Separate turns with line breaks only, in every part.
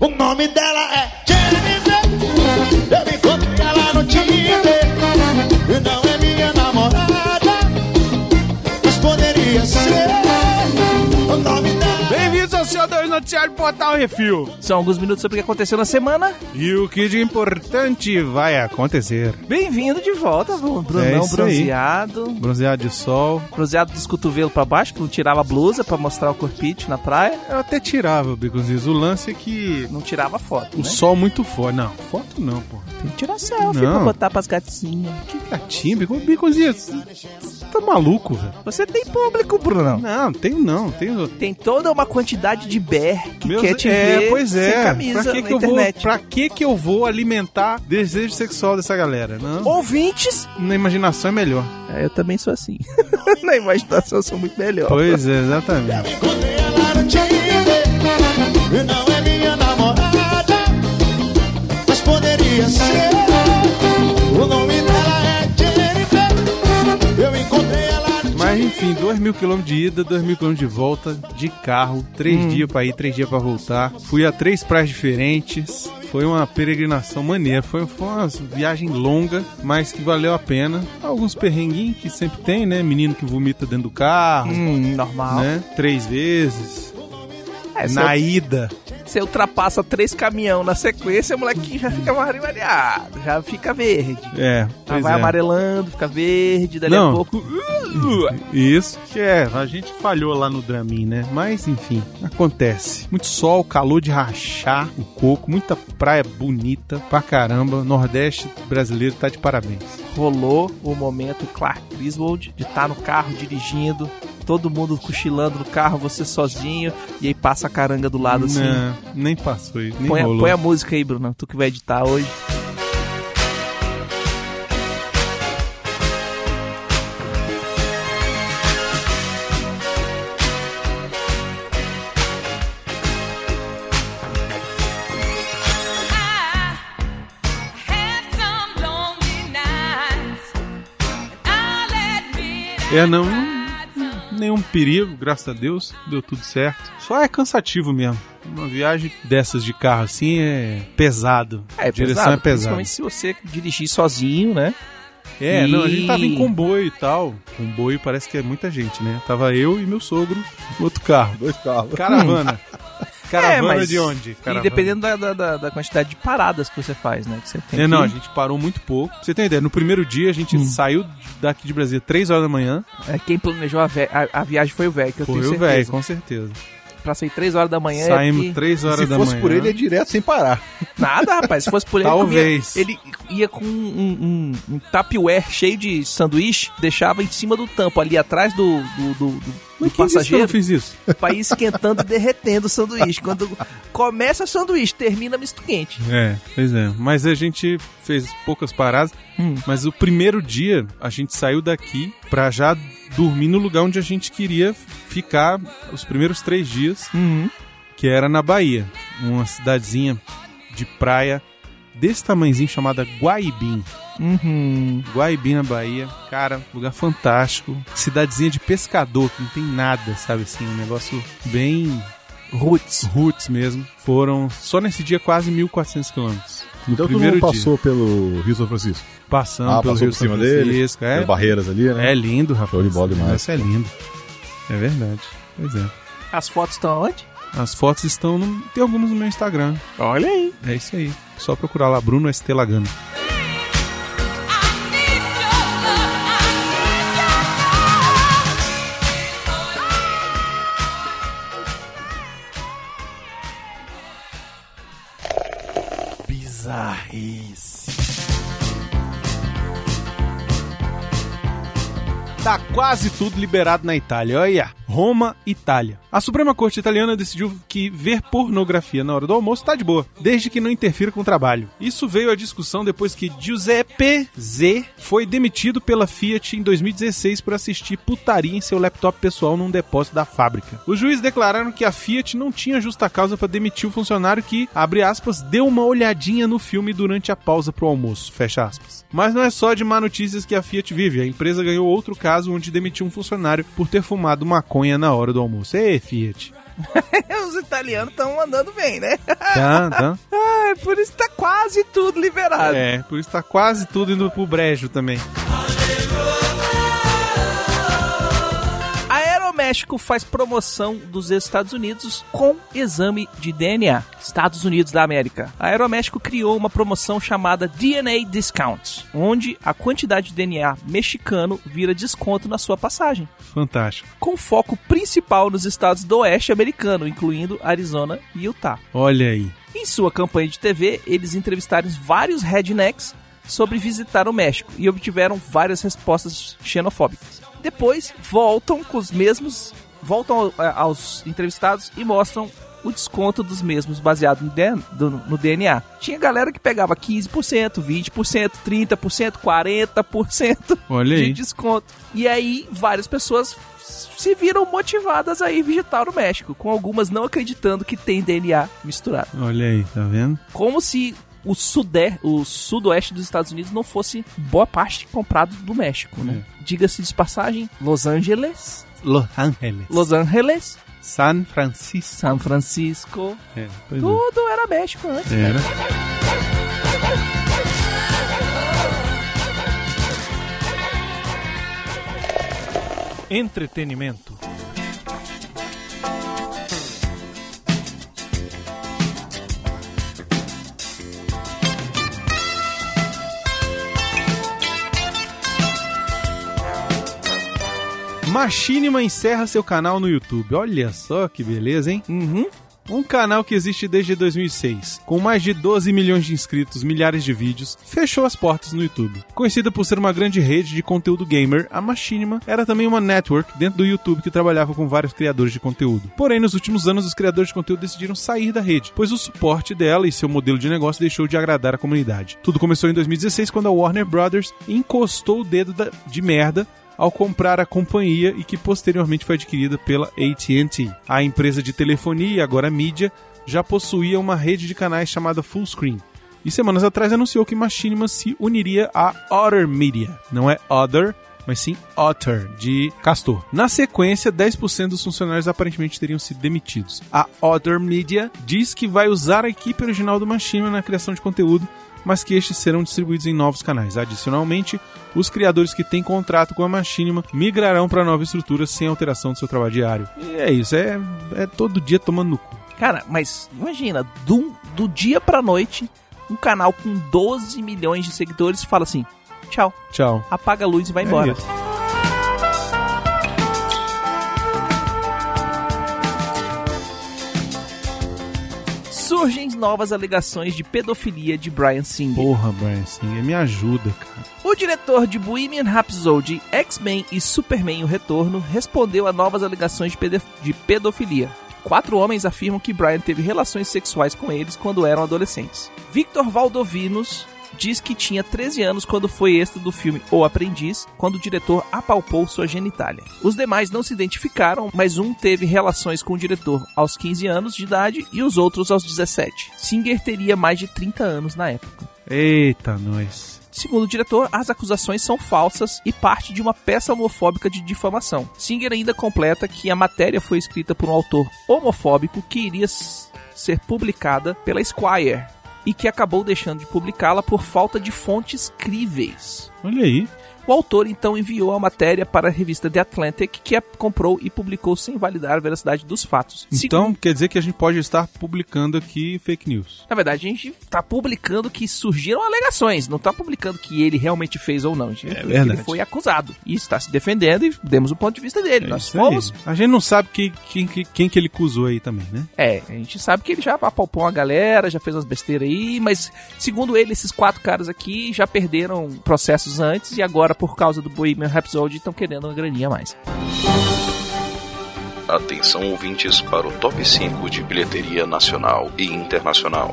O nome dela é Jennifer. Eu encontrei ela no Tinder. E não é minha namorada, mas poderia ser. O nome dela
Bem-vindos ao seu 2 Noticiário Portal Refil.
São alguns minutos sobre o que aconteceu na semana.
E o que de importante vai acontecer?
Bem-vindo de volta, Bruno. Brunão
É isso aí.
bronzeado.
Bronzeado de sol.
Bronzeado dos cotovelos pra baixo, que não tirava a blusa pra mostrar o corpite na praia.
Eu até tirava, Bigozinhos. O lance é que
Não tirava foto,
o
né?
sol muito forte. Não, foto não, pô.
Tem que tirar selfie
Não.
pra botar pras gatinhas.
Que gatinho, Bigo- Bigozinhos. Você tá maluco, velho?
Você tem público, Brunão.
Não, tenho não. Tenho...
Tem toda uma quantidade de ber que
Meus-
quer te
é,
ver
pois é.
sem camisa
pra que,
na
que eu
internet.
vou, pra que que eu vou alimentar desejo sexual dessa galera? Não.
Ouvintes...
Na imaginação é melhor.
É, eu também sou assim. na imaginação eu sou muito melhor.
Pois é, exatamente.
encontrei ela no Tinder. E não é minha namorada, mas poderia ser. O nome dela é Jennifer. Eu encontrei ela no
Mas enfim, 2 mil quilômetros de ida, 2 mil quilômetros de volta, de carro, 3
Uhum.
dias pra ir, 3 dias pra voltar. Fui a três praias diferentes. Foi uma peregrinação maneira, foi, foi uma viagem longa, mas que valeu a pena. Alguns perrenguinhos que sempre tem, né? Menino que vomita dentro do carro,
Hum, normal.
né? Três vezes.
É, se
Na ida.
Você ultrapassa três caminhão na sequência, o molequinho já fica marimalhado, já fica verde.
É,
Já
pois
Ah, vai
é.
amarelando, fica verde, dali
Não.
a pouco. Uh,
Isso. Que é, a gente falhou lá no Dramin, né? Mas enfim, acontece. Muito sol, calor de rachar o coco, muita praia bonita pra caramba. Nordeste brasileiro tá de parabéns.
rolou o momento Clark Griswold de estar no carro dirigindo, todo mundo cochilando no carro, você sozinho, e aí passa a caranga do lado assim.
Não, nem passou isso, nem
Põe a,
rolou.
põe a música aí, Bruno, tu que vai editar hoje.
É, não, nenhum perigo, graças a Deus, deu tudo certo. Só é cansativo mesmo. Uma viagem dessas de carro assim é pesado.
É,
Direção é pesada.
Principalmente se você dirigir sozinho, né?
É, não, a gente
E-
tava em comboio e tal. Comboio parece que é muita gente, né? Tava eu e meu sogro no outro carro. Dois carros. Caravana. Caravana
É, mas-
de onde? Caravana.
E dependendo da, da- da- da quantidade de paradas que você faz, né? Que você tem
É, não,
que-
a gente parou muito pouco. Pra Você tem ideia? No primeiro dia a gente saiu daqui de Brasília 3 horas da manhã.
É, Quem planejou a, ve- a- a viagem foi o velho, que eu
Foi
tenho
o
certeza.
velho, com certeza.
Pra sair 3 horas da manhã.
Saímos
é
3 horas
Se
da
fosse
manhã.
por ele, é direto sem parar.
porque- Nada, rapaz. Se fosse por ele,
Talvez.
Ele, comia- ele ia com um, um, um tupperware cheio de sanduíche, deixava em cima do tampo, ali atrás do, do, do, do-
Mas quem disse
do
que eu não
passageiro,
fiz isso?
pra ir esquentando e derretendo o sanduíche. Quando começa o sanduíche, termina misto quente.
É, pois é. Mas a gente fez poucas paradas.
Hum.
Mas o primeiro dia, a gente saiu daqui pra já dormir no lugar onde a gente queria ficar os primeiros três dias, que era na Bahia. Uma cidadezinha de praia desse tamanhozinho chamada Guaibim.
Uhum.
Guaibim na Bahia. Cara, lugar fantástico. Cidadezinha de pescador, que não tem nada, sabe assim? Um negócio bem
Roots.
roots mesmo. Foram, só nesse dia, quase 1.400 quilômetros. No
Então todo
primeiro
mundo
dia.
passou pelo Rio São Francisco.
Passando
Ah,
pelo
passou
Rio
por
São
cima dele,
Francisco.
Tem Barreiras ali,
É,
né?
é lindo, rapaz.
Show de bola demais.
Nossa, é lindo. É verdade. Pois é.
As fotos estão onde?
As fotos estão no... Tem algumas no meu Instagram.
Olha aí.
É isso aí. Só procurar lá, Bruno ST Lagano. Tá quase tudo liberado na Itália. Olha, Roma, Itália. A Suprema Corte Italiana decidiu que ver pornografia na hora do almoço tá de boa, desde que não interfira com o trabalho. Isso veio à discussão depois que Giuseppe Z foi demitido pela Fiat em 2016 por assistir putaria em seu laptop pessoal num depósito da fábrica. Os juízes declararam que a Fiat não tinha justa causa para demitir o funcionário que, abre aspas, deu uma olhadinha no filme durante a pausa pro almoço, fecha aspas. Mas não é só de má notícias que a Fiat vive. A empresa ganhou outro caso onde demitiu um funcionário por ter fumado maconha na hora do almoço. Ê, Fiat.
Os italianos estão andando bem, né?
Tá, tá.
É, por isso tá quase tudo liberado.
É, por isso tá quase tudo indo pro brejo também.
A Aeroméxico faz promoção dos Estados Unidos com exame de DNA. Estados Unidos da América. A Aeroméxico criou uma promoção chamada DNA Discount, onde a quantidade de DNA mexicano vira desconto na sua passagem,
Fantástico.
com foco principal nos estados do oeste americano, incluindo Arizona e Utah.
Olha aí.
Em sua campanha de TV, eles entrevistaram vários rednecks sobre visitar o México e obtiveram várias respostas xenofóbicas. Depois, voltam com os mesmos, voltam ao- aos entrevistados e mostram o desconto dos mesmos baseado no, DN do- no DNA. Tinha galera que pegava 15%, 20%, 30%, 40%
Olha
de
aí.
desconto. E aí, várias pessoas se viram motivadas a ir visitar o México, com algumas não acreditando que tem DNA misturado
Olha aí, tá vendo?
como se o, sudé, o sudoeste dos Estados Unidos não fosse boa parte comprado do México, né?
É.
Diga-se de passagem, Los Angeles,
Los Angeles.
Los Angeles,
San Francisco.
São Francisco,
É, pois é.
tudo era México antes.
Era. Entretenimento. Machinima encerra seu canal no YouTube. Olha só que beleza, hein?
Uhum.
Um canal que existe desde 2006, com mais de 12 milhões de inscritos, milhares de vídeos, fechou as portas no YouTube. Conhecida por ser uma grande rede de conteúdo gamer, a Machinima era também uma network dentro do YouTube que trabalhava com vários criadores de conteúdo. Porém, nos últimos anos, os criadores de conteúdo decidiram sair da rede, pois o suporte dela e seu modelo de negócio deixou de agradar a comunidade. Tudo começou em 2016, quando a Warner Brothers encostou o dedo da- de merda ao comprar a companhia e que posteriormente foi adquirida pela AT&T. A empresa de telefonia e agora mídia já possuía uma rede de canais chamada Fullscreen. E semanas atrás anunciou que Machinima se uniria à Otter Media. Não é Other, mas sim Otter, de Castor. Na sequência, 10% dos funcionários aparentemente teriam sido demitidos. A Otter Media diz que vai usar a equipe original do Machinima na criação de conteúdo mas que estes serão distribuídos em novos canais. Adicionalmente, os criadores que têm contrato com a Machinima migrarão para a nova estrutura sem alteração do seu trabalho diário. E é isso, é, é todo dia tomando no cu.
Cara, mas imagina, do, do dia pra noite, um canal com 12 milhões de seguidores fala assim, tchau,
Tchau.
apaga a luz e vai
É
embora.
isso.
Surgem novas alegações de pedofilia de Brian Singer.
Porra, Brian Singer, me ajuda, cara.
O diretor de Bohemian Rhapsody, X-Men e Superman O Retorno respondeu a novas alegações de pede- de pedofilia. Quatro homens afirmam que Brian teve relações sexuais com eles quando eram adolescentes. Victor Valdovinos diz que tinha 13 anos quando foi extra do filme O Aprendiz, quando o diretor apalpou sua genitália. Os demais não se identificaram, mas um teve relações com o diretor aos 15 anos de idade e os outros aos 17. Singer teria mais de 30 anos na época.
Eita, nós.
Segundo o diretor, as acusações são falsas e parte de uma peça homofóbica de difamação. Singer ainda completa que a matéria foi escrita por um autor homofóbico que iria s- ser publicada pela Esquire e que acabou deixando de publicá-la por falta de fontes críveis.
Olha aí.
O autor então enviou a matéria para a revista The Atlantic, que a comprou e publicou sem validar a veracidade dos fatos.
Então, quer dizer que a gente pode estar publicando aqui fake news.
Na verdade, a gente tá publicando que surgiram alegações, não tá publicando que ele realmente fez ou não. Gente.
É verdade.
Ele foi acusado e está se defendendo e demos o ponto de vista dele.
É
Nós
isso aí.
fomos.
A gente não sabe que, quem, que- quem que ele acusou aí também, né?
É, a gente sabe que ele já apalpou uma galera, já fez umas besteiras aí, mas segundo ele, esses quatro caras aqui já perderam processos antes e agora, por causa do Bohemian Rhapsody, estão querendo uma graninha a mais.
Atenção ouvintes para o top 5 de bilheteria nacional e internacional.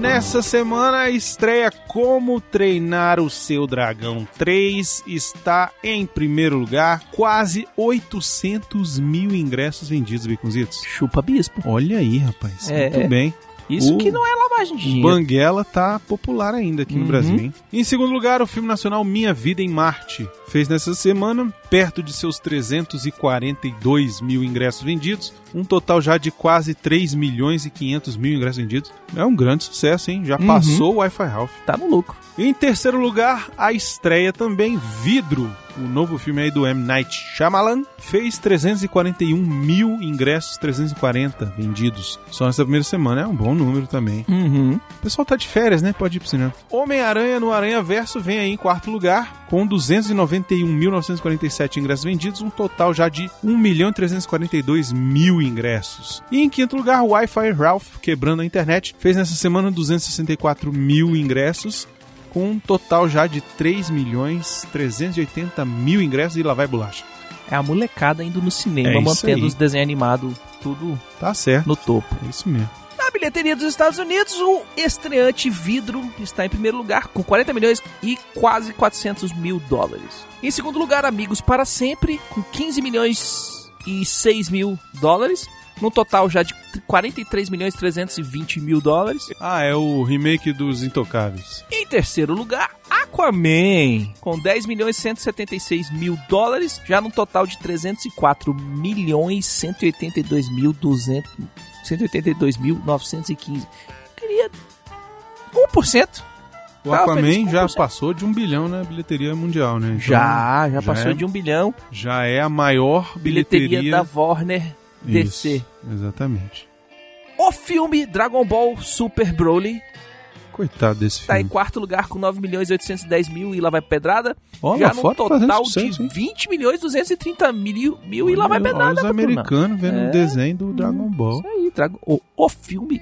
Nessa semana, a estreia Como Treinar o Seu Dragão 3 está em primeiro lugar, quase 800 mil ingressos vendidos, Baconzitos.
Chupa bispo.
Olha aí, rapaz.
É,
Muito
é.
bem.
Isso
Uh.
que não é Lava lavagem de dinheiro.
Banguela tá popular ainda aqui no
Uhum.
Brasil, hein? Em segundo lugar, o filme nacional Minha Vida em Marte. Fez nessa semana, perto de seus 342 mil ingressos vendidos, um total já de quase 3 milhões e 500 mil ingressos vendidos. É um grande sucesso, hein? Já
Uhum.
passou o Wi-Fi Ralph.
Tá no lucro.
Em terceiro lugar, a estreia também, Vidro. O novo filme aí do M. Night Shyamalan fez 341 mil ingressos, 340 vendidos. Só nessa primeira semana, é um bom número também.
Uhum.
O pessoal tá de férias, né? Pode ir pro cinema. Homem-Aranha no Aranha Verso vem aí em quarto lugar, com 291.947 ingressos vendidos, um total já de 1.342.000 ingressos. E em quinto lugar, Wi-Fi Ralph, quebrando a internet, fez nessa semana 264 mil ingressos, com um total já de 3.380.000 ingressos e lá vai bolacha.
É a molecada indo no cinema,
É isso
mantendo
aí.
os desenhos animados tudo
Tá certo.
no topo.
É isso mesmo.
Na bilheteria dos Estados Unidos, o estreante Vidro está em primeiro lugar, com 40 milhões e quase 400 mil dólares. Em segundo lugar, Amigos para Sempre, com 15 milhões e 6 mil dólares. Num total já de 43 milhões e 320 mil dólares.
Ah, é o remake dos Intocáveis.
Em terceiro lugar, Aquaman, com 10 milhões e 176 mil dólares, já num total de 304 milhões e 182 mil 200, 182 mil 915. Queria 1%.
O
Tá,
Aquaman
feliz com
já
você.
passou de um bilhão na bilheteria mundial, né? Então,
Já, já passou
é-
de um bilhão.
Já é a maior
Bilheteria,
bilheteria,
da Warner
Isso,
DC.
Exatamente.
O filme Dragon Ball Super Broly
Coitado desse
tá em
filme.
quarto lugar com 9 milhões e 810 mil e lá vai pedrada.
Olha,
já
lá
num
fora
total
fazendo
de
sucesso, hein?
20 milhões e 230 mil, mil e lá vai
Olha,
pedrada.
olha os
Bruna.
americanos vendo
É.
o desenho do Dragon Ball.
Isso aí, Dragon- o, o filme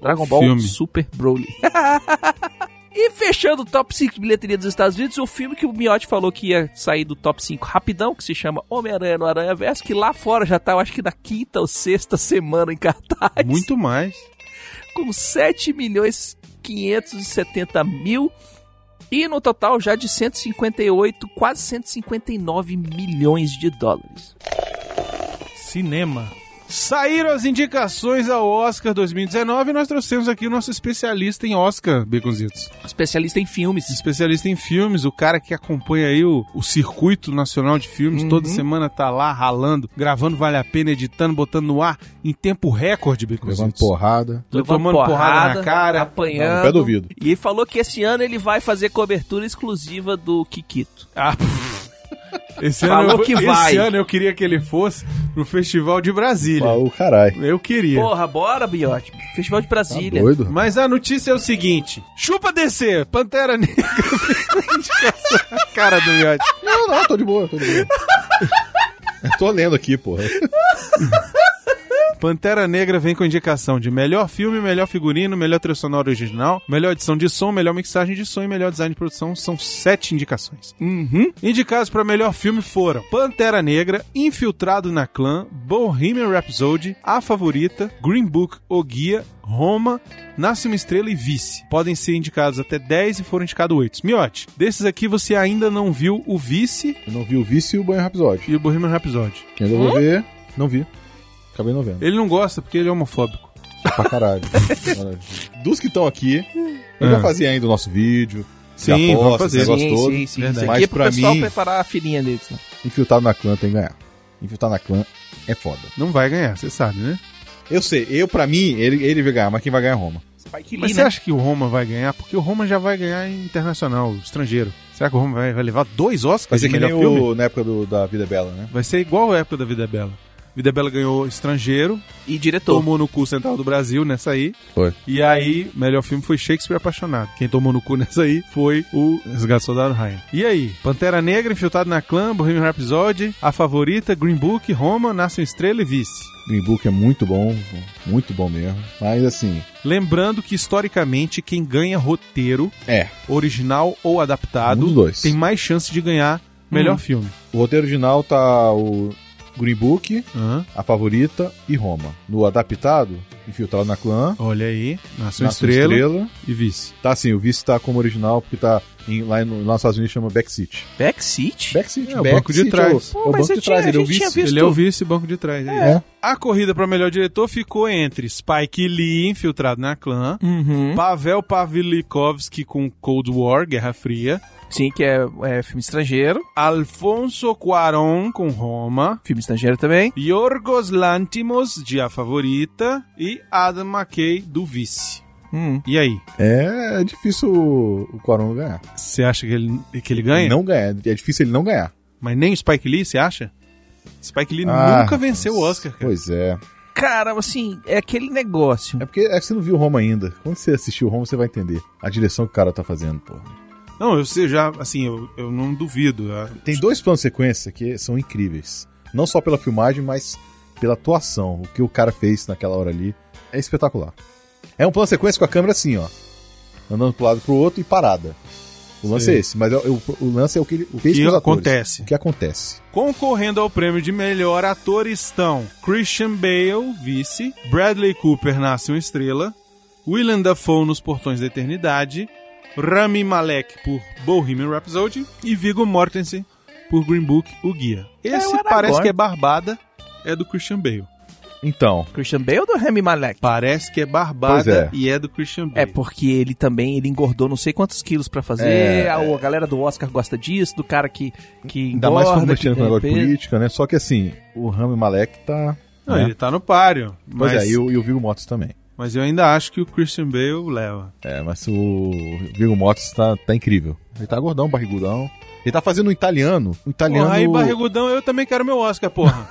Dragon Ball
filme.
Super Broly. e fechando o top 5 de bilheteria dos Estados Unidos, o filme que o Miotti falou que ia sair do top 5 rapidão, que se chama Homem-Aranha no Aranha Verso, que lá fora já tá, eu acho que na quinta ou sexta semana em cartaz.
Muito mais.
Com 7 milhões 570 mil. E no total já de 158, quase 159 milhões de dólares.
Cinema.
Saíram as indicações ao Oscar 2019 e nós trouxemos aqui o nosso especialista em Oscar, Beconzitos.
Especialista em filmes.
Especialista em filmes, o cara que acompanha aí o, o circuito nacional de
Uhum.
filmes, toda semana tá lá ralando, gravando Vale a Pena, editando, botando no ar em tempo recorde,
É.
Beconzitos.
Levando porrada.
Tô tomando porrada, na cara.
No pé do
apanhando.
ouvido.
E ele falou que esse ano ele vai fazer cobertura exclusiva do Kikito.
Ah, pff. esse
Falou
ano, eu,
que
esse
vai.
ano eu queria que ele fosse pro Festival de Brasília.
Pau, caralho.
Eu queria.
Porra, bora, Biote. Festival de
Tá
Brasília.
doido? rapaz?
Mas a notícia é o seguinte: chupa DC, Pantera Negra. a cara do Miotti.
Não, não, tô de boa, tô de boa. Eu tô lendo aqui, porra.
Pantera Negra vem com indicação de melhor filme, melhor figurino, melhor trilha sonora original, melhor edição de som, melhor mixagem de som e melhor design de produção. São sete indicações.
Uhum.
Indicados para melhor filme foram Pantera Negra, Infiltrado na Clã, Bohemian Rhapsody, A Favorita, Green Book, O Guia, Roma, Nasce uma Estrela e Vice. Podem ser indicados até 10 e foram indicados 8. Miote, desses aqui você ainda não viu o Vice
Eu não vi o Vício e o Banho Rhapsody.
e o Bohemian Rhapsody.
Que ainda vou ver, não vi. Acabei não vendo.
Ele não gosta porque ele é homofóbico.
Pra caralho. Dos que estão aqui, eu
Ah.
já fazia ainda o nosso vídeo.
Sim,
de
vamos
apostas,
fazer.
esse negócio
sim,
todo.
sim, sim.
Verdade.
Isso aqui
Mas
é pro
pra
pessoal
mim-
preparar a filhinha deles. Né?
Infiltrado na clã tem que ganhar. Infiltrado na clã é foda.
Não vai ganhar, você sabe, né?
Eu sei, eu pra mim, ele, ele vai ganhar, mas quem vai ganhar é Roma.
Spike
Mas
Lee,
você
né?
acha que o Roma vai ganhar? Porque o Roma já vai ganhar em internacional, estrangeiro. Será que o Roma vai, vai levar dois
Vai
Oscars
ser
de
que
melhor
nem
filme?
o, na época do- da Vida é Bela, né?
Vai ser igual a época da Vida é Bela. Vida é Bela ganhou estrangeiro,
E diretor.
tomou no cu Central do Brasil nessa aí.
Foi.
E aí, melhor filme foi Shakespeare Apaixonado. Quem tomou no cu nessa aí foi o Resgate do Soldado Ryan. E aí? Pantera Negra, Infiltrado na Clã, Bohemian Rhapsody, A Favorita, Green Book, Roma, Nasce uma Estrela e Vice.
Green Book é muito bom, muito bom mesmo. Mas assim,
Lembrando que, historicamente, quem ganha roteiro,
É.
original ou adaptado,
Um dos dois.
tem mais chance de ganhar melhor
Hum.
filme.
o roteiro original tá o Green Book,
Hã?
A Favorita e Roma. No adaptado, Infiltrado na Clã,
Olha aí, Nasce uma
Nasce uma
estrela, e vice.
Tá assim, o vice tá como original porque tá Em- lá, no, lá nos Estados Unidos chama backseat.
Backseat?
Backseat,
É, o banco de
backseat
trás.
É o,
Pô,
é o
mas
banco
eu tinha-
de trás,
a
ele é o
gente tinha
vice.
visto.
Ele é o vice, banco de trás. é isso.
É.
A corrida pra melhor diretor ficou entre Spike Lee, infiltrado na clã,
Uhum.
Pavel Pavlikovski com Cold War, Guerra Fria,
Sim, que é, é filme estrangeiro.
Alfonso Cuarón com Roma,
Filme estrangeiro também.
Yorgos Lantimos de A Favorita e Adam McKay do Vice.
Hum.
E aí,
É difícil o, o Coronel ganhar.
você acha que ele, que ele ganha?
Não ganhar. É difícil ele não ganhar.
Mas nem o Spike Lee, você acha? Spike Lee
Ah,
nunca venceu o Oscar, cara.
Pois é.
Cara, assim, é aquele negócio.
É porque é que você não viu Roma ainda. Quando você assistiu Roma, você vai entender a direção que o cara tá fazendo, porra.
Não, eu sei já, assim, eu, eu não duvido. ah,
Tem dois planos de sequência que são incríveis. Não só pela filmagem, mas pela atuação. O que o cara fez naquela hora ali é espetacular. É um plano de sequência com a câmera assim, ó. Andando pro lado pro outro e parada. O lance
Sei.
é esse, mas é o, o lance é o que ele
O
fez
que
com os atores.
acontece?
O que acontece.
Concorrendo ao prêmio de melhor ator estão Christian Bale, vice, Bradley Cooper, Nasce uma Estrela, Willem Dafoe nos Portões da Eternidade, Rami Malek por Bohemian Rhapsody e Viggo Mortensen por Green Book, O Guia. Esse
Aragorn.
parece que é barbada, é do Christian Bale.
Então,
Christian Bale ou do Remy Malek?
Parece que é barbada
é.
e é do Christian
É,
Bale.
porque ele também ele engordou não sei quantos quilos pra fazer.
É,
a, a galera do Oscar gosta disso, do cara que, que engorda.
ainda mais como
que
mexendo com o
ganha
negócio de
peso.
política, né? Só que assim, o Rami Malek tá.
Não,
né?
ele tá no páreo.
Pois
Mas,
é, e o, e o Viggo Mortensen também.
mas eu ainda acho que o Christian Bale leva.
É, mas o Viggo Mortensen tá, tá incrível. Ele tá gordão, barrigudão. Ele tá fazendo um italiano. Um italiano...
Porra, aí, barrigudão, eu também quero meu Oscar, porra.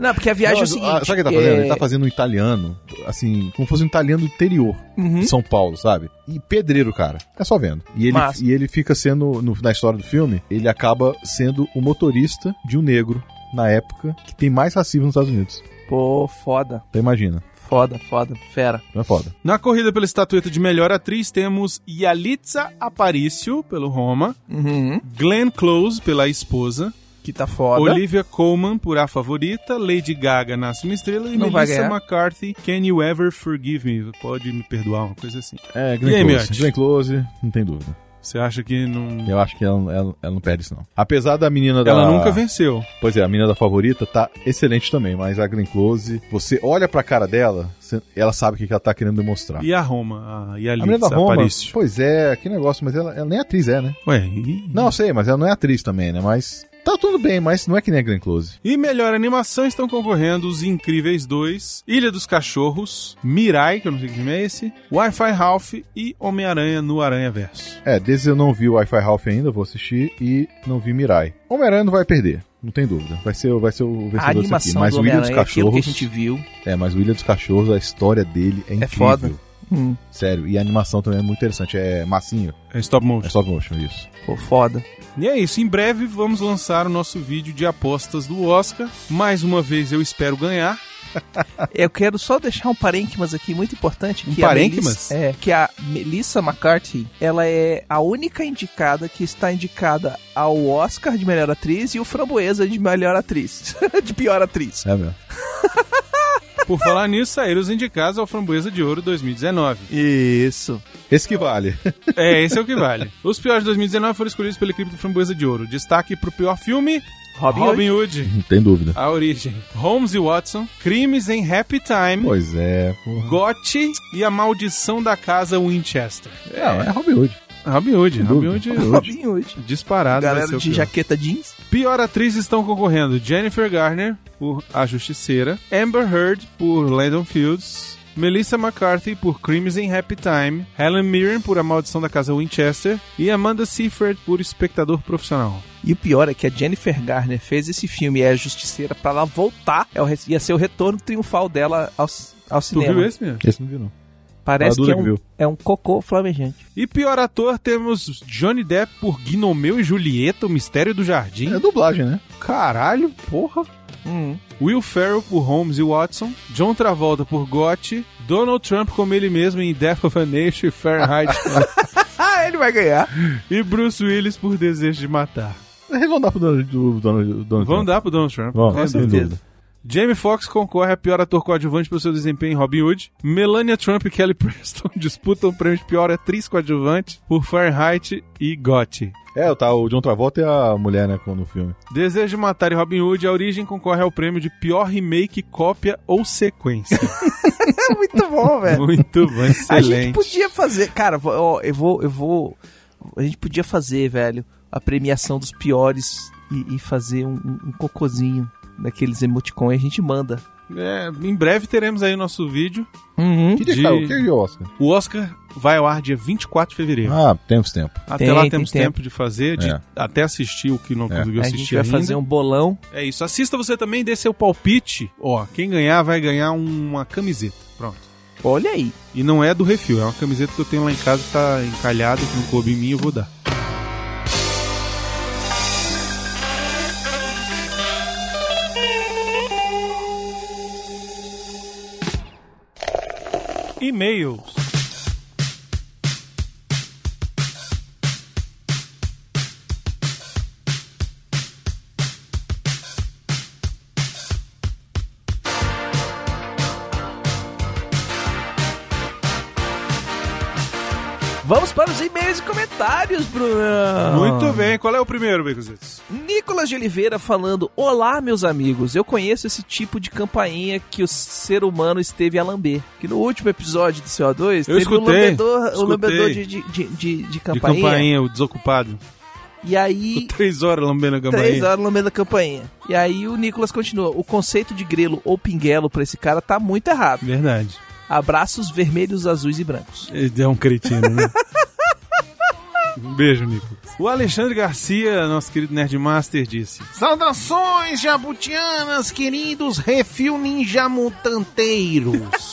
Não, porque a viagem é o seguinte. é-
Ah, sabe o que ele tá fazendo? Ele tá fazendo um italiano, assim, como fosse um italiano do interior
Uhum.
de São Paulo, sabe? E pedreiro, cara. É só vendo. E ele,
Massa.
e ele fica sendo, no- na história do filme, ele acaba sendo o motorista de um negro, na época, que tem mais racismo nos Estados Unidos.
é, Pô, foda.
Então imagina.
Foda, foda. Fera.
Não é foda.
Na corrida pela estatueta de melhor atriz, temos Yalitza Aparicio, pelo Roma,
Uhum.
Glenn Close, pela esposa,
Que tá foda.
Olivia Colman, por A Favorita, Lady Gaga, Nasce uma Estrela, e
Não vai
Melissa
ganhar.
McCarthy, Can You Ever Forgive Me? Pode me perdoar, uma coisa assim.
É,
E aí,
Glenn Close.
Miotti?
Glenn Close, não tem dúvida.
Você acha que não...
Eu acho que ela, ela- ela não perde isso, não. Apesar da menina da...
Ela nunca venceu.
Pois é, a menina da favorita tá excelente também, mas a Glenn Close, você olha pra cara dela, você- ela sabe o que que ela tá querendo demonstrar.
E a Roma, a
A menina
Yalitza
da Roma,
Aparicio.
pois é, que negócio, mas ela, ela nem atriz é, né?
Uhum.
Ué, e...
Não, eu sei, mas ela não é atriz também, né? Mas tá tudo bem, mas não é que nem a Glenn Close.
E melhor animação estão concorrendo Os Incríveis 2, Ilha dos Cachorros, Mirai, que eu não sei que filme é esse, Wi-Fi Ralph e Homem-Aranha no Aranha Verso.
É, desde eu não vi o Wi-Fi Ralph ainda, vou assistir, e não vi Mirai. Homem-Aranha não vai perder, não tem dúvida. Vai ser, vai ser
A
o vencedor disso aqui.
animação
Mas
do
o Ilha dos
Homem-Aranha, é aquilo que a
Cachorros.
gente viu.
É, mas o Ilha dos Cachorros, a história dele é incrível.
foda. Hum.
Sério, e a animação também é muito interessante. É massinho,
É stop
é
motion.
stop motion, isso.
Pô, foda.
E é isso, em breve vamos lançar o nosso vídeo de apostas do Oscar. Mais uma vez eu espero ganhar.
Eu quero só deixar um parênquimas aqui muito importante.
Um
que a
parênquimas?
Melissa- é, que a Melissa McCarthy, ela é a única indicada que está indicada ao Oscar de melhor atriz e o Framboesa de melhor atriz. de pior atriz.
É mesmo.
Por falar nisso, saíram os indicados ao Framboesa de Ouro 2019.
Isso.
Esse que vale.
É, esse é o que vale. Os piores de 2019 foram escolhidos pela equipe do Framboesa de Ouro. Destaque pro pior filme,
Robin,
Robin Hood.
Não tem dúvida.
A Origem. Holmes e Watson, Crimes em Happy Time,
Pois é, porra.
Gotti e A Maldição da Casa Winchester.
Não, é Robin Hood.
Robin Hood, Robin Hood
Hood. Robin Hood.
disparado. vai ser
Galera
o
de
pior.
jaqueta jeans.
Pior atriz estão concorrendo Jennifer Garner por A Justiceira, Amber Heard por Landon Fields, Melissa McCarthy por Crimes in Happy Time, Helen Mirren por A Maldição da Casa Winchester e Amanda Seyfried por Espectador Profissional.
E o pior é que a Jennifer Garner fez esse filme e é a justiceira pra ela voltar. É o re- Ia ser o retorno triunfal dela ao, c- ao
Tu
cinema.
viu esse mesmo?
Esse não viu, não.
Parece que
A Duda
é um,
que viu.
é um cocô flamejante.
E pior ator temos Johnny Depp por Gnomeu e Julieta, O Mistério do Jardim.
É dublagem, né?
Caralho, porra.
Hum.
Will Ferrell por Holmes e Watson, John Travolta por Gotti, Donald Trump como ele mesmo em Death of a Nation e Fahrenheit
Ah, ele vai ganhar.
e Bruce Willis por Desejo de Matar.
Eles É, vão dar pro dono do dono do dono
Vamos dar pro Donald Trump.
Vamos,
Não tem
sem
dúvida.
dúvida.
Jamie Foxx concorre a pior ator coadjuvante pelo seu desempenho em Robin Hood. Melania Trump e Kelly Preston disputam o prêmio de pior atriz coadjuvante por Fahrenheit e Gotti.
É, tá, o John Travolta e a mulher, né, com- no filme.
Desejo de Matar e Robin Hood, a origem concorre ao prêmio de pior remake, cópia ou sequência.
É muito bom, velho.
Muito bom,
A gente
excelente.
podia fazer, cara, vou- ó, eu vou, eu vou, a gente podia fazer, velho, a premiação dos piores e, e fazer um, um cocôzinho daqueles emoticons e a gente manda.
É, em breve teremos aí o nosso vídeo.
Que dia que
De-
tá? O que é o Oscar?
O Oscar vai ao ar dia 24 de fevereiro.
Ah, tempos, tempo.
até
tem-
lá
tem
temos
tempo.
tempo de fazer, de
É.
até assistir o que não
É.
conseguiu
a
assistir
gente vai
ainda.
fazer um bolão.
É isso. Assista você também, dê seu palpite. Ó, quem ganhar vai ganhar uma camiseta. Pronto.
Olha aí.
E não é do refil, é uma camiseta que eu tenho lá em casa que tá encalhada, que não coube em mim, eu vou dar.
E-mails.
Vamos para os e-mails e comentários, Bruno.
Muito bem, qual é o primeiro, Becozitos?
Nicolas de Oliveira falando: Olá, meus amigos. Eu conheço esse tipo de campainha que o ser humano esteve a lamber. Que no último episódio do CO2
Eu
teve um
escutei,
lambedor, um
escutei.
lambedor de, de, de, de- de
De
campainha.
campainha, o desocupado.
E aí.
Três horas lambendo a campainha.
Três horas no meio da campainha. E aí o Nicolas continua. O conceito de grelo ou pinguelo pra esse cara tá muito errado.
Verdade.
Abraços vermelhos, azuis e brancos.
Ele é um cretino, né? Um beijo, Nico. O Alexandre Garcia, nosso querido Nerdmaster, disse:
Saudações jabutianas, queridos refil ninja mutanteiros.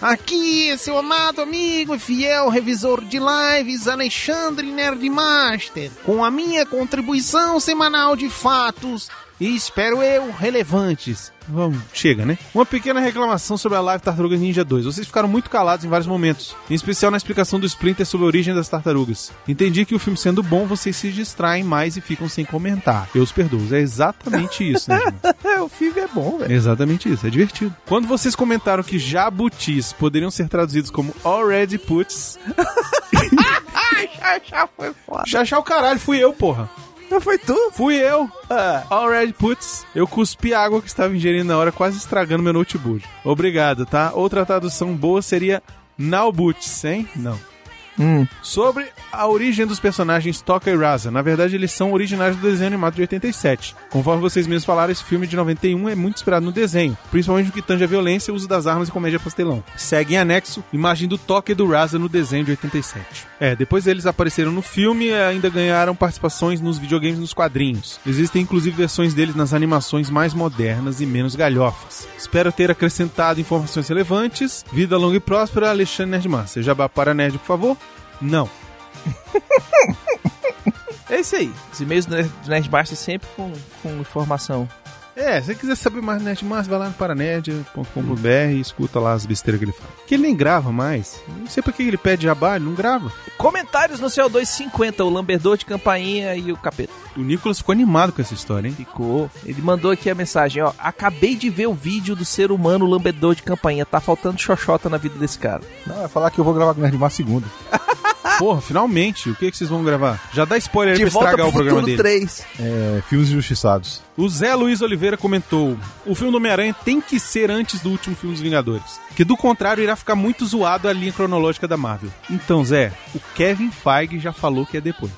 Aqui é seu amado amigo e fiel revisor de lives, Alexandre Nerdmaster, com a minha contribuição semanal de fatos e, espero eu, relevantes.
Vamos, chega, né? Uma pequena reclamação sobre a live Tartarugas Ninja 2. Vocês ficaram muito calados em vários momentos, em especial na explicação do Splinter sobre a origem das tartarugas. Entendi que o filme sendo bom, vocês se distraem mais e ficam sem comentar. Eu os perdoo. É exatamente isso, né, Jimmy?
É, o filme é bom, velho.
É Exatamente isso, é divertido. Quando vocês comentaram que jabutis poderiam ser traduzidos como already puts,
Ah, Já, já foi foda.
já já o caralho, fui eu, porra.
Já foi tu?
Fui eu! Already puts, eu cuspi a água que estava ingerindo na hora, quase estragando meu notebook. Obrigado, tá? Outra tradução boa seria Now Boots, hein? Não.
Hum.
Sobre a origem dos personagens Toca e Raza. Na verdade, eles são originais do desenho animado de 87. Conforme vocês mesmos falaram, esse filme de 91 é muito inspirado no desenho, principalmente no que tange a violência, o uso das armas e comédia pastelão. Segue em anexo imagem do Toca e do Raza no desenho de 87. É, depois eles apareceram no filme e ainda ganharam participações nos videogames e nos quadrinhos. Existem inclusive versões deles nas animações mais modernas e menos galhofas. Espero ter acrescentado informações relevantes. Vida longa e próspera, Alexandre Nerdmaster. Jabá para Nerd, por favor. Não.
É isso aí. Os e-mails do Nerd- do Nerdmaster sempre com, com informação.
É, se você quiser saber mais do Nerdmaster, vai lá no paranerdia.com.br e escuta lá as besteiras que ele fala. Que ele nem grava mais. Não sei por que ele pede jabá, ele não grava.
Comentários no CO250, o lambedor de campainha e o capeta.
O Nicolas ficou animado com essa história, hein?
Ficou. Ele mandou aqui a mensagem, ó. Acabei de ver o vídeo do ser humano lambedor de campainha. Tá faltando xoxota na vida desse cara.
Não, vai falar que eu vou gravar com o Nerdmar segunda.
Porra, finalmente. O que, é que vocês vão gravar? Já dá spoiler aí pra estragar o programa dele.
3.
É, filmes injustiçados.
O Zé Luiz Oliveira comentou: o filme do Homem-Aranha tem que ser antes do último filme dos Vingadores, que do contrário irá ficar muito zoado a linha cronológica da Marvel. Então, Zé, o Kevin Feige já falou que é depois.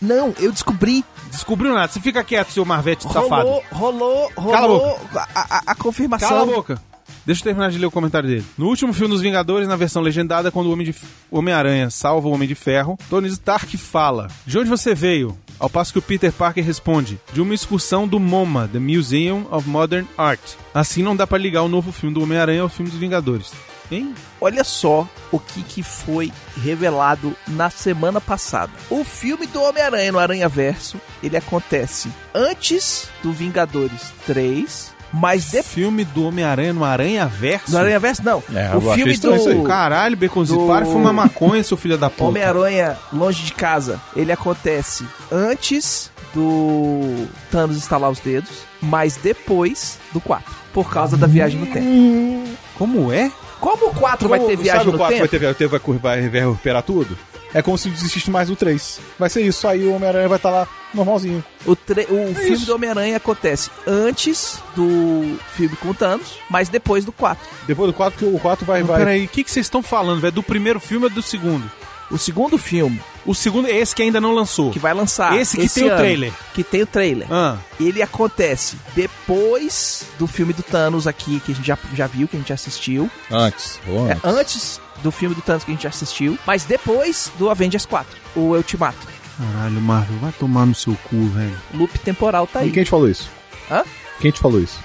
Não, eu descobri.
Descobriu nada, você fica quieto, seu Marvete safado.
Rolou, rolou,
Cala a
rolou a, a- a confirmação.
Cala a boca. Deixa eu terminar de ler o comentário dele. No último filme dos Vingadores, na versão legendada, quando o Homem de- Homem-Aranha salva o Homem de Ferro, Tony Stark fala: De onde você veio? Ao passo que o Peter Parker responde: De uma excursão do MoMA, The Museum of Modern Art. Assim não dá pra ligar o novo filme do Homem-Aranha ao filme dos Vingadores. Hein?
Olha só o que, que foi revelado na semana passada. O filme do Homem-Aranha no Aranha Verso, ele acontece antes do Vingadores 3 Mas depois.
Filme do Homem-Aranha no Aranha Verso?
No Aranha Verso, não.
É,
o
eu achei
filme
estranho isso aí.
do
Caralho, Beconzito,
Do-
para de fumar maconha, seu filho da puta.
Homem-Aranha Longe de Casa, ele acontece antes do Thanos estalar os dedos, mas depois do 4, por causa da viagem no tempo.
Como é?
Como o 4 vai ter
Sabe
viagem
o
no
quatro
tempo?
Vai ter, vai, ter, vai, cur- vai, vai recuperar tudo? É como se desistisse mais do 3. Vai ser isso. Aí o Homem-Aranha vai estar lá normalzinho.
O, tre- o
É
filme do Homem-Aranha acontece antes do filme com o Thanos, mas depois do 4.
Depois do 4, que o 4 vai.
Não,
vai...
Peraí, o que que vocês estão falando, velho? Do primeiro filme ou do segundo?
O segundo filme,
O segundo é esse que ainda não lançou.
que vai lançar
Esse que tem o
ano,
trailer.
Que tem o trailer.
Ah,
ele acontece depois do filme do Thanos aqui, que a gente já, já viu, que a gente já assistiu.
Antes. Bom,
É, antes do filme do Thanos que a gente já assistiu, mas depois do Avengers 4, o Ultimato.
caralho, Marvel, vai tomar no seu cu, velho.
O loop temporal tá
E
aí.
quem te falou isso?
Hã?
Quem te falou isso?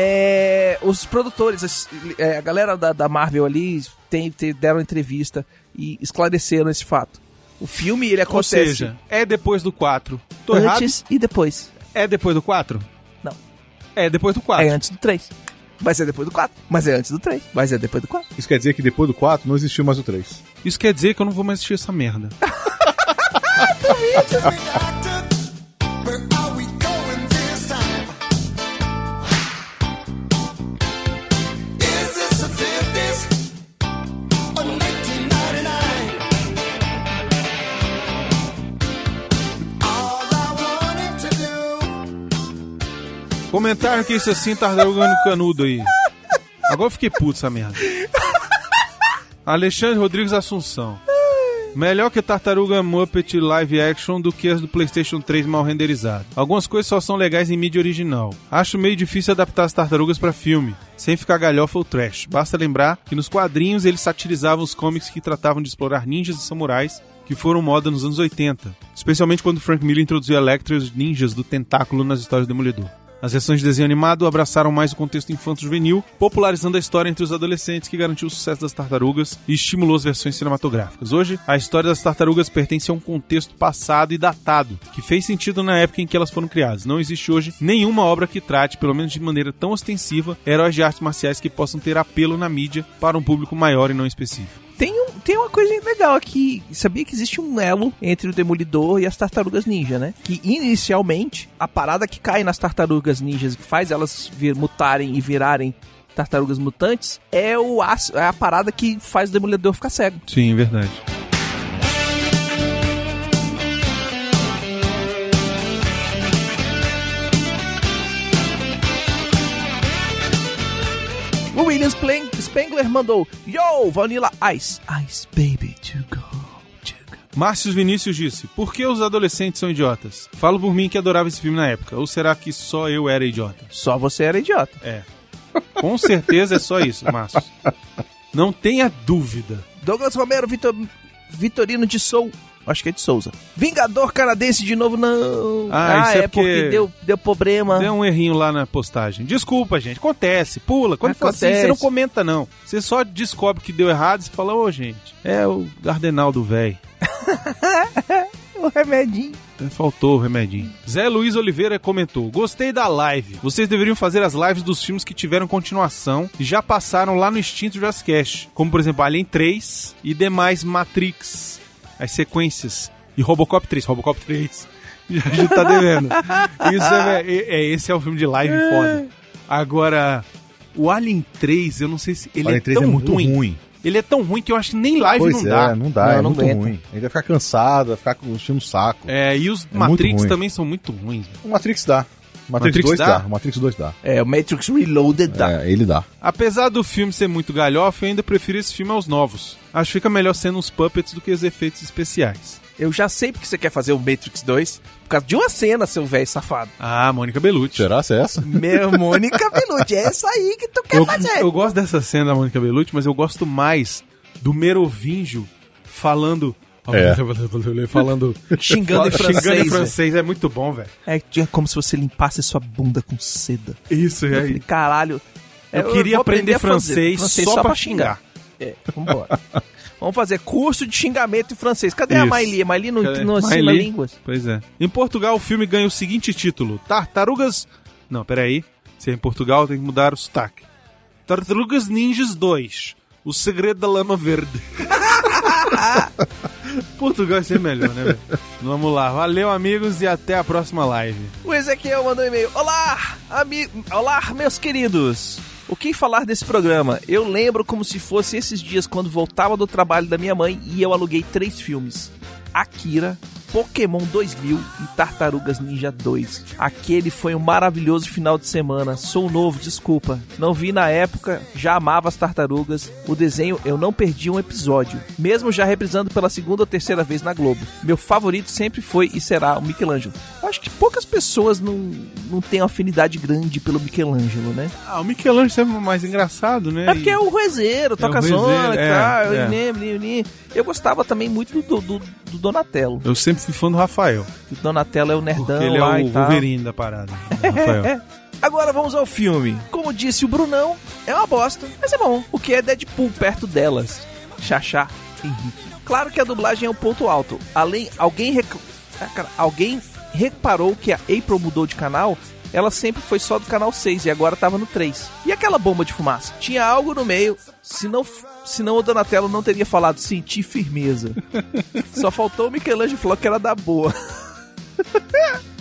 É, os produtores, as- é, a galera da, da Marvel ali tem, tem- deram entrevista e esclareceram esse fato. O filme, ele
Ou
acontece
seja, é depois do 4. Tô errado?
antes e depois.
É depois do 4?
Não.
É depois do 4.
É antes do 3. Mas é depois do 4. Mas é antes do 3. Mas é depois do 4.
Isso quer dizer que depois do 4 não existiu mais o 3.
Isso quer dizer que eu não vou mais assistir essa merda. Comentaram que isso assim tartaruga no canudo aí. Agora eu fiquei puto essa merda. Alexandre Rodrigues Assunção. Melhor que Tartaruga Muppet live action do que as do PlayStation 3 mal renderizado. Algumas coisas só são legais em mídia original. Acho meio difícil adaptar as tartarugas pra filme, sem ficar galhofa ou trash. Basta lembrar que nos quadrinhos eles satirizavam os cómics que tratavam de explorar ninjas e samurais que foram moda nos anos 80, especialmente quando Frank Miller introduziu Electra e os ninjas do tentáculo nas histórias do Demolidor. As versões de desenho animado abraçaram mais o contexto infanto-juvenil, popularizando a história entre os adolescentes que garantiu o sucesso das tartarugas e estimulou as versões cinematográficas. Hoje, a história das tartarugas pertence a um contexto passado e datado, que fez sentido na época em que elas foram criadas. Não existe hoje nenhuma obra que trate, pelo menos de maneira tão ostensiva, heróis de artes marciais que possam ter apelo na mídia para um público maior e não específico.
Tem, um, tem uma coisa legal aqui. Sabia que existe um elo entre o Demolidor e as Tartarugas Ninja, né? Que inicialmente, a parada que cai nas Tartarugas Ninjas, que faz elas vir, mutarem e virarem Tartarugas Mutantes, é, o, ácido- é a parada que faz o Demolidor ficar cego.
Sim, é verdade.
O William Splen- Spengler mandou Yo, Vanilla Ice. Ice Baby to go. to go."
Márcio Vinícius disse: Por que os adolescentes são idiotas? Falo por mim que adorava esse filme na época, ou será que só eu era idiota?
Só você era idiota.
É. Com certeza é só isso, Márcio. Não tenha dúvida.
Douglas Romero, Vitor, Vitorino de Sou. Acho que é de Souza. Vingador canadense de novo, não.
Ah, isso é porque
deu, deu problema.
Deu um errinho lá na postagem. Desculpa, gente. Acontece. Pula. Quando for assim,
Acontece.
você não comenta, não. Você só descobre que deu errado e fala, ô, gente, é o Gardenal do véi. um
O remedinho.
Faltou o remedinho. Zé Luiz Oliveira comentou: Gostei da live. Vocês deveriam fazer as lives dos filmes que tiveram continuação e já passaram lá no Instinto Jazzcast. Como, por exemplo, Alien 3 e demais Matrix. As sequências. E Robocop 3. Robocop 3. A gente tá devendo. Isso é, é- é- Esse é um filme de live foda. Agora, o Alien 3, eu não sei se. Ele
Alien
é
3
tão
é muito ruim.
Ele é tão ruim que eu acho que nem live
pois
não
é,
dá.
não dá.
Não,
é
não
muito
aguenta.
ruim. Ele vai ficar cansado, vai ficar com o no saco.
É, e os
É muito
Matrix
ruim.
também são muito ruins.
O Matrix dá. O Matrix,
Matrix
2
dá?
dá. O Matrix 2 dá.
É, o Matrix Reloaded dá.
É, ele dá.
Apesar do filme ser muito galhofa, eu ainda prefiro esse filme aos novos. Acho que fica melhor sendo uns puppets do que os efeitos especiais.
Eu já sei porque você quer fazer o Matrix 2 por causa de uma cena, seu velho safado.
Ah, Mônica Bellucci.
Será se é essa?
Meu Mônica Bellucci, é essa aí que tu quer
Eu,
fazer.
eu gosto dessa cena da Mônica Bellucci, mas eu gosto mais do Merovingio falando...
É.
Falando...
Xingando em francês.
Xingando em
velho.
francês. É muito bom, velho.
É que é como se você limpasse sua bunda com seda.
Isso, é
Eu falei, caralho.
Eu,
vou
queria aprender,
a fazer
francês, só, pra xingar.
É, vambora. Vamos fazer curso de xingamento em francês. Cadê a
Isso.
Maili? A Maili não,
Cadê?
não ensina
Maili?
línguas.
Pois é. Em Portugal, o filme ganha o seguinte título: Tartarugas. Não, peraí. Se é em Portugal, tem que mudar o sotaque. Tartarugas Ninjas 2. O segredo da lama verde. Portugal isso é melhor, né, velho? Vamos lá. Valeu, amigos, e até a próxima live.
O Ezequiel mandou um e-mail. Olá, ami... Olá, meus queridos. O que falar desse programa? Eu lembro como se fosse esses dias quando voltava do trabalho da minha mãe e eu aluguei três filmes: Akira, Pokémon 2000 e Tartarugas Ninja 2. Aquele foi um maravilhoso final de semana. Sou um novo, desculpa. Não vi na época, já amava as tartarugas. O desenho eu não perdi um episódio, mesmo já reprisando pela segunda ou terceira vez na Globo. Meu favorito sempre foi e será o Michelangelo. Acho que poucas pessoas não, não têm uma afinidade grande pelo Michelangelo, né?
Ah, o Michelangelo sempre é mais engraçado, né?
É porque é o Rezeiro, toca
o
zona,
Ruezeiro, é,
tá,
é.
eu lembro, eu lembro. Eu gostava também muito do, do, do Donatello.
Eu sempre fui fã do Rafael.
O Donatello é o nerdão
Porque ele é
lá e
o
tal.
Wolverine da parada. né, Rafael.
É. Agora vamos ao filme. Como disse o Brunão, é uma bosta, mas é bom. O que é Deadpool perto delas? Xaxá Henrique. Claro que a dublagem é um ponto alto. Além, alguém, rec- Ah, cara, alguém reparou que a April mudou de canal? Ela sempre foi só do canal 6 e agora tava no 3. E aquela bomba de fumaça? Tinha algo no meio, se não, se não o Donatello não teria falado sentir firmeza. Só faltou o Michelangelo falar que era da boa.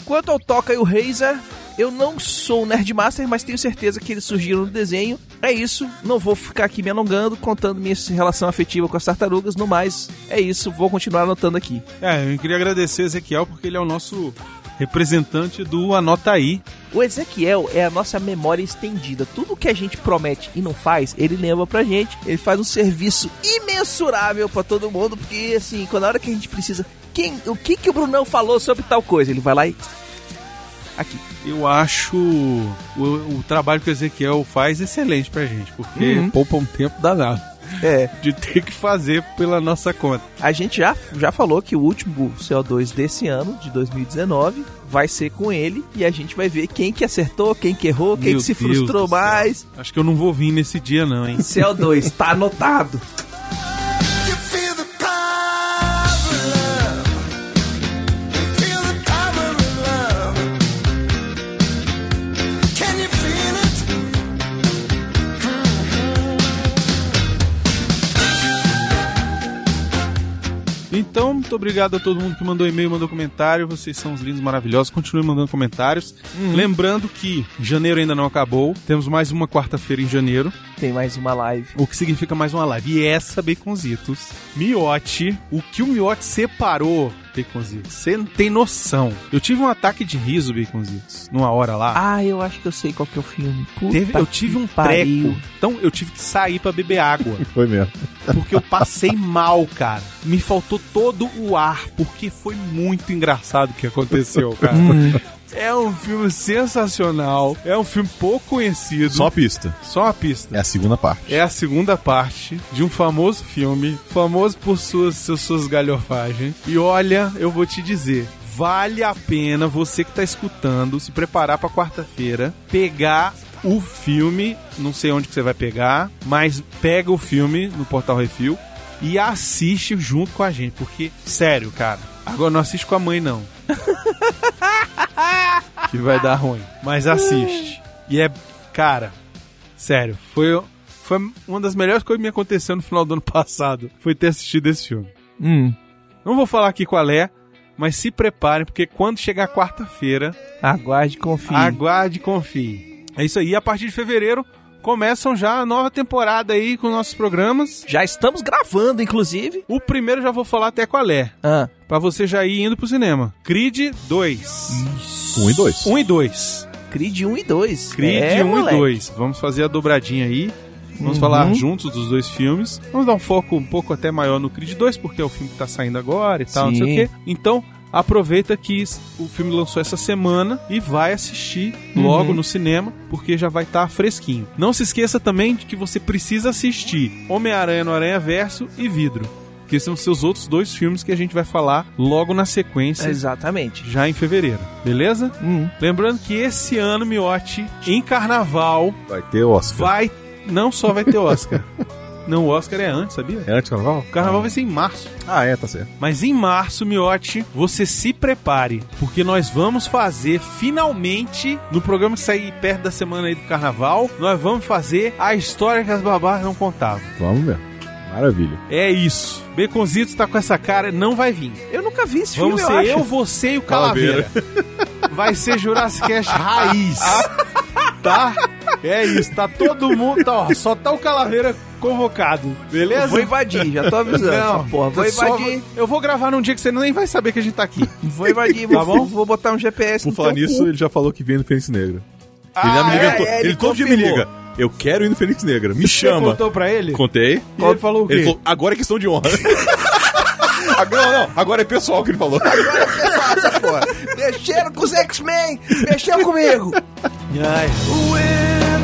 Quanto ao Toca e o Razer, eu não sou um Nerdmaster, mas tenho certeza que eles surgiram no desenho. É isso, não vou ficar aqui me alongando, contando minha relação afetiva com as tartarugas, no mais, é isso, vou continuar anotando aqui.
É, eu queria agradecer Ezequiel porque ele é o nosso representante do Anota Aí.
O Ezequiel é a nossa memória estendida. Tudo que a gente promete e não faz, ele lembra pra gente. Ele faz um serviço imensurável pra todo mundo, porque assim, quando a hora que a gente precisa, quem, o que que o Brunão falou sobre tal coisa, ele vai lá e aqui.
Eu acho o, o trabalho que o Ezequiel faz excelente pra gente, porque
Uhum.
poupa um tempo danado
É,
de ter que fazer pela nossa conta.
A gente já, já falou que o último CO2 desse ano, de 2019, vai ser com ele e a gente vai ver quem que acertou, quem que errou, quem
Meu
que se
Deus
frustrou
do céu.
mais.
Acho que eu não vou vir nesse dia não, hein?
CO2, tá anotado.
Então, muito obrigado a todo mundo que mandou e-mail, mandou comentário. Vocês são os lindos, maravilhosos. Continuem mandando comentários. Lembrando que janeiro ainda não acabou. Temos mais uma quarta-feira em janeiro.
Tem mais uma live.
O que significa mais uma live. E é essa, Baconzitos. Miote. O que o Miote separou, Baconzitos? Você não tem noção. Eu tive um ataque de riso, Baconzitos, numa hora lá.
Ah, eu acho que eu sei qual que é o filme. Puta
Teve- eu
que
tive um
pariu.
treco. Então, eu tive que sair pra beber água.
Foi mesmo.
Porque eu passei mal, cara. Me faltou todo o ar. Porque foi muito engraçado o que aconteceu, cara.
Hum.
É um filme sensacional. É um filme pouco conhecido.
Só a pista.
Só uma pista.
É a segunda parte.
É a segunda parte de um famoso filme, famoso por suas, seus- suas galhofagens. E olha, eu vou te dizer. Vale a pena você que tá escutando se preparar pra quarta-feira, pegar o filme, não sei onde que você vai pegar, mas pega o filme no Portal Refil e assiste junto com a gente, porque sério, cara. Agora não assiste com a mãe não. que vai dar ruim, mas assiste. E é, cara, Sério, foi, foi uma das melhores coisas que me aconteceu no final do ano passado. Foi ter assistido esse filme.
Hum.
Não vou falar aqui qual é, mas se preparem, porque quando chegar quarta-feira,
Aguarde, confie.
aguarde e confie. É isso aí, a partir de fevereiro começam já a nova temporada aí com nossos programas.
Já estamos gravando, inclusive.
O primeiro já vou falar até qual é,
Ah,
pra você já ir indo pro cinema. Creed 2.
Um e dois.
1 e 2.
Creed 1 e 2.
Creed
é,
1
moleque.
e 2. Vamos fazer a dobradinha aí. Vamos
Uhum.
falar juntos dos dois filmes. Vamos dar um foco um pouco até maior no Creed 2, porque é o filme que tá saindo agora e tal, não sei
Sim.
o quê. Então, aproveita que s- o filme lançou essa semana e vai assistir logo
Uhum.
no cinema, porque já vai estar fresquinho. Não se esqueça também de que você precisa assistir Homem-Aranha no Aranha Verso e Vidro, que são seus outros dois filmes que a gente vai falar logo na sequência,
Exatamente.
já em fevereiro. Beleza?
Hum.
Lembrando que esse ano, Miotti, em carnaval,
Vai ter Oscar.
vai. Não só vai ter Oscar, Não, o Oscar é antes, sabia?
É antes do carnaval?
O carnaval vai ser em março.
Ah, é, tá certo.
Mas em março, Miotti, você se prepare, porque nós vamos fazer finalmente, no programa que sair perto da semana aí do carnaval, nós vamos fazer a história que as babás não contavam.
Vamos ver. Maravilha.
É isso. Beconzitos tá com essa cara, não vai vir.
Eu nunca vi esse
Vamos
filme,
ser
eu
eu,
acho.
você e o Calaveira. Vai ser Jurassic Cast raiz. Tá? É isso, tá todo mundo, tá, ó, só tá o Calaveira convocado, beleza?
Vou invadir, já tô avisando. essa porra. Vou
só-
invadir,
Eu vou gravar num dia que você nem vai saber que a gente tá aqui.
vou invadir,
Tá
tá
bom?
bom? Vou botar um GPS
Por
no
falar
teu
nisso,
cu.
ele já falou que vem no Fênix Negra.
Ah,
ele já me liga.
é,
to-
é,
ele,
ele
todo dia me
confirmou.
liga. Eu quero ir no Fênix Negra. Me
Você
chama.
contou pra ele?
Contei.
E ele falou o quê?
Ele falou, agora é questão de honra. Ah, não, não, agora é pessoal que ele falou.
Essa porra. Mexeram com os X-Men, mexeram comigo.
Ai.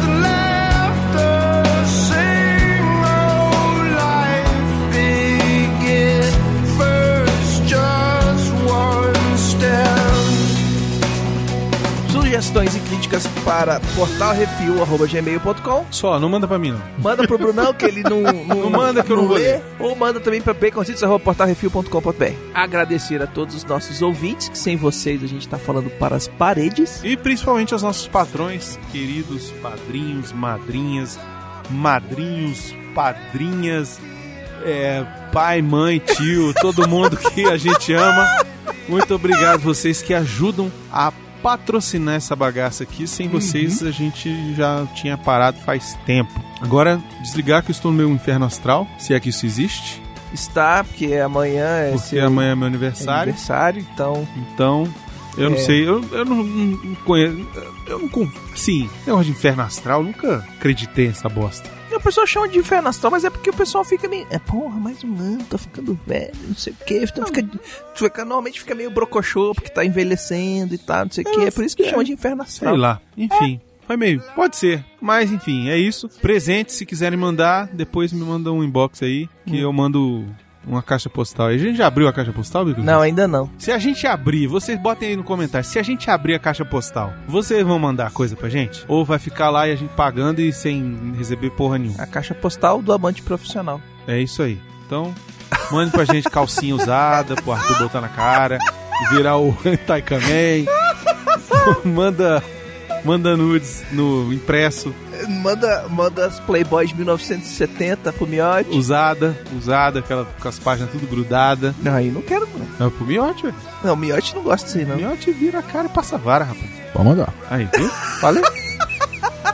Sugestões e críticas para portalrefil.gmail.com
Só, não manda pra mim, não.
Manda pro Brunão que ele não, não,
Não manda que eu não vou
lê. Ou manda também pra baconzitos.portalrefil.com.br Agradecer a todos os nossos ouvintes, que sem vocês a gente tá falando para as paredes.
E principalmente aos nossos patrões, queridos padrinhos, madrinhas, madrinhos, padrinhas, é, pai, mãe, tio, todo mundo que a gente ama. Muito obrigado vocês que ajudam a patrocinar essa bagaça aqui. Sem vocês a gente já tinha parado faz tempo. Agora desligar que eu estou no meu inferno astral, se é que isso existe,
Está, porque amanhã é
porque
seu
amanhã é meu aniversário.
aniversário, então
Então, eu não
É.
sei, eu, eu não, não conheço. Eu não. con- Assim, negócio de inferno astral, nunca acreditei nessa bosta.
E O pessoal chama de inferno astral, mas é porque o pessoal fica meio. É, porra, mais um ano, tô ficando velho, não sei o quê. Então fica, fica- normalmente fica meio brocochô, porque tá envelhecendo e tal, não sei o quê. É por isso que chama de inferno
Sei
astral.
lá. Enfim,
É.
foi meio. Pode ser. Mas enfim, é isso. Presente, se quiserem mandar, depois me mandam um inbox aí, que eu mando uma caixa postal. A gente já abriu a caixa postal, Bico?
Não, ainda não.
Se a gente abrir, vocês botem aí no comentário, se a gente abrir a caixa postal, vocês vão mandar coisa pra gente? Ou vai ficar lá e a gente pagando e sem receber porra nenhuma?
A caixa postal do amante profissional.
É isso aí. Então, mande pra gente calcinha usada, pro Arthur botar na cara, virar o Taika Man. manda, manda nudes no impresso,
Manda, manda as Playboy de 1970 pro Miotti.
usada, usada, aquela com as páginas tudo grudada.
Não, aí não quero, não.
É pro Miote, velho.
Não, o Miotti não gosta disso aí,
O
não.
Miote É. vira a cara e passa a vara, rapaz.
Pode mandar.
Aí, viu? Falei.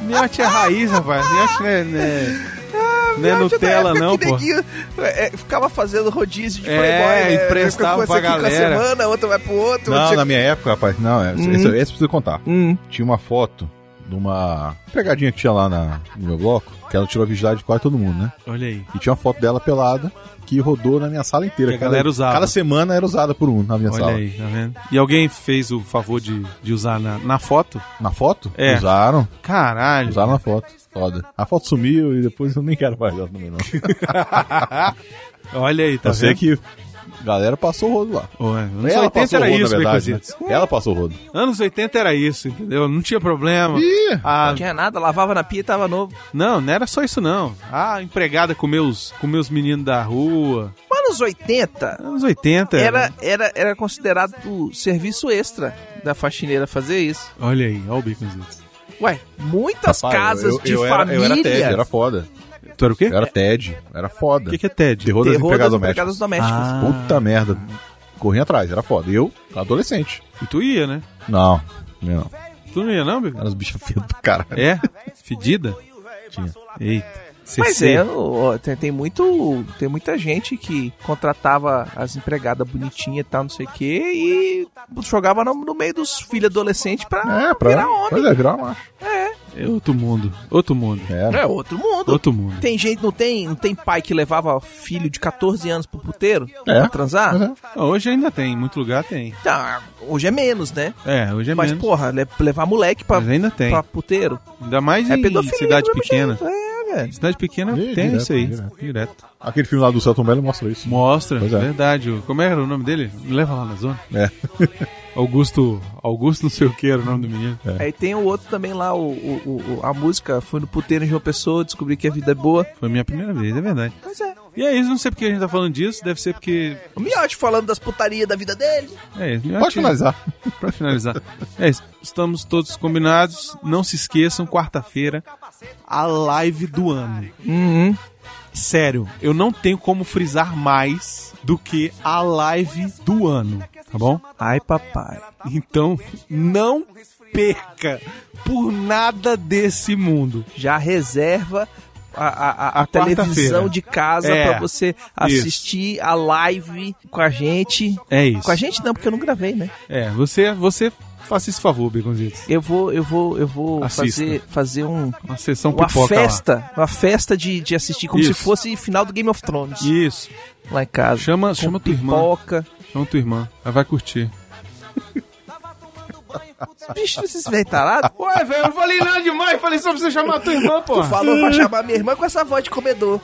Miote é raiz, rapaz. Miote não é, não é, não é
Ah, Miotti tá da
Nutella,
época
não,
que
pô.
neguinho, é, é, ficava fazendo rodízio de
É,
Playboy. né?
emprestava
Uma coisa
pra
aqui com a
galera.
semana, outra vai pro
Então,
outro.
Não,
outra-
na minha época, rapaz, não, é,
Uhum.
Hum.
esse, esse precisa contar.
Hum.
Tinha uma foto de uma pegadinha que tinha lá na- no meu bloco, que ela tirou a vigilância de quase todo mundo, né?
Olha aí.
E tinha uma foto dela pelada que rodou na minha sala inteira.
Que a galera usava.
Cada semana era usada por um na minha
Olha
sala.
aí, tá vendo? E alguém fez o favor de, de usar na, na foto?
Na foto?
É.
Usaram.
Caralho.
Usaram na foto. Foda. A foto sumiu e depois eu nem quero mais ela também, não.
Olha aí, tá
eu sei
vendo?
que a galera passou o rodo lá.
Ué, anos 80 era isso,
né?
Beconzitos.
Ela passou o rodo.
Anos 80 era isso, entendeu? Não tinha problema.
Ih!
Ah,
Não tinha nada, lavava na pia e tava novo.
não, não era só isso não. A empregada com meus, com meus meninos da rua.
Mas nos 80,
Anos 80
era, era, era considerado o serviço extra da faxineira fazer isso.
Olha aí, olha o Beconzitos.
Ué, muitas
Rapaz,
casas
eu-
de
eu era-
família...
eu era Ted, era foda.
Tu era o quê?
Eu era Ted, era foda.
O que, que é TED?
Terror das
Terror
empregadas Ah.
das
domésticas.
empregadas domésticas.
Puta merda. Corri atrás, era foda. E eu, adolescente.
E tu ia, né?
Não, não.
Tu não ia não, Bico?
Era uns bichos feios do caralho.
É? Fedida?
Tinha.
Eita.
Mas
CC.
é, ó, tem, tem muito. Tem muita gente que contratava as empregadas bonitinhas e tal, não sei o quê, e jogava no, no meio dos filhos adolescentes pra,
Ah,
É, pra.
virar homem.
Pois é, virar macho.
É outro mundo. Outro mundo.
É.
É outro mundo.
Outro mundo.
Tem gente, não tem, não tem pai que levava filho de 14 anos pro puteiro
É.
pra transar?
Pois é.
Ah, Hoje ainda tem, em muito lugar tem.
Tá, hoje é menos, né?
É, hoje é
Mas,
menos.
porra, le- levar moleque pra,
Mas ainda tem.
pra puteiro
Ainda mais
é
em
pedofilia.
cidade
do mesmo
pequena.
jeito. É, velho.
Cidade pequena
Ih,
tem
direto,
isso aí.
direto.
direto.
Aquele filme lá do Celton Mello mostra isso.
Mostra,
Pois é.
verdade. O- Como era o nome dele? Me Leva lá na zona.
É.
Augusto. Augusto não sei o que era o nome do menino.
Aí tem o outro também lá, o, o- o- o- a música Fui no puteiro de uma pessoa, descobri que a vida é boa.
Foi minha primeira vez, é verdade.
Pois é.
E é isso, não sei porque a gente tá falando disso, deve ser porque.
O Miotti falando das putarias da vida dele.
É isso.
Pode finalizar.
Pra finalizar. É isso. Estamos todos combinados. Não se esqueçam, quarta-feira, a live do ano.
Uhum.
Sério, eu não tenho como frisar mais do que a live do ano, tá bom?
Ai, papai.
Então, não perca por nada desse mundo.
Já reserva a, a- a- a
A
televisão
quarta-feira.
de casa
É.
pra você assistir a live com a gente.
É isso.
Com a gente não, porque eu não gravei, né?
É, você, você faça esse favor, Begonzitos.
Eu vou, eu vou, eu vou
Assista.
fazer, fazer um,
Uma sessão
uma
pipoca lá.
festa, uma festa de, de assistir como se
Isso.
fosse final do Game of Thrones
Isso.
lá em casa.
Chama,
Com
chama tua irmã.
pipoca.
Chama tua irmã. Ela vai curtir.
Bicho, vocês vêm tarado?
Ué, velho, eu falei nada demais. Falei só pra você chamar a tua irmã, pô.
Tu falou pra chamar minha irmã com essa voz de comedor.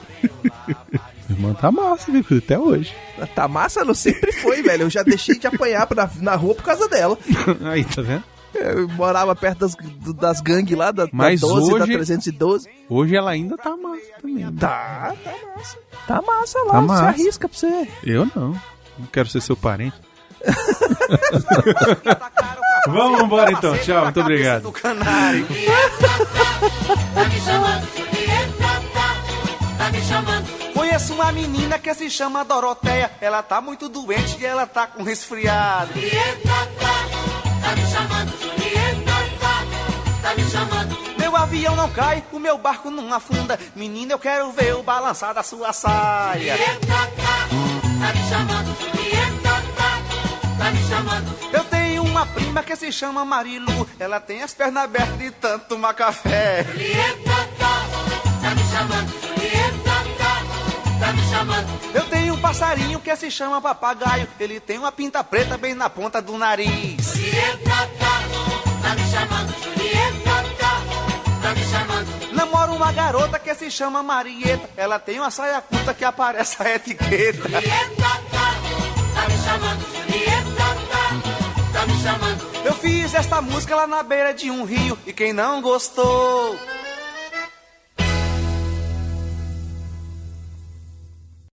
Irmã tá massa, meu filho, até hoje.
A Tamassa ela Tá sempre foi, velho. Eu já deixei de apanhar pra- na rua por causa dela. É,
Aí, tá vendo?
Eu morava perto das, do- das gangues lá, da,
Mas
da 12, da
hoje-
312.
Hoje ela ainda tá massa também.
Tá, tá massa. Tá massa lá,
Tá massa.
se arrisca pra você.
Eu não. Não quero ser seu parente. Vamos embora então. Tchau, muito obrigado.
Tá me chamando, Eita, tá me chamando.
Conheço uma menina que se chama Doroteia. Ela tá muito doente e ela tá com resfriado.
Eita, tá me chamando, Eita, tá me chamando.
Meu avião não cai, o meu barco não afunda. Menina, eu quero ver o balançar da sua saia.
Eita, tá me chamando, Eita, tá me chamando.
Eu tenho uma prima que se chama Marilu. Ela tem as pernas abertas de tanto tomar café.
Eita, tá me chamando, Eita, tá me chamando.
Eu tenho um passarinho que se chama papagaio. Ele tem uma pinta preta bem na ponta do nariz.
Eita, tá me chamando, Eita, tá me chamando.
Namoro uma garota que se chama Marieta. Ela tem uma saia curta que aparece a etiqueta.
Eita, tá me chamando, Eita, tá me chamando.
Eu fiz esta música lá na beira de um rio e quem não gostou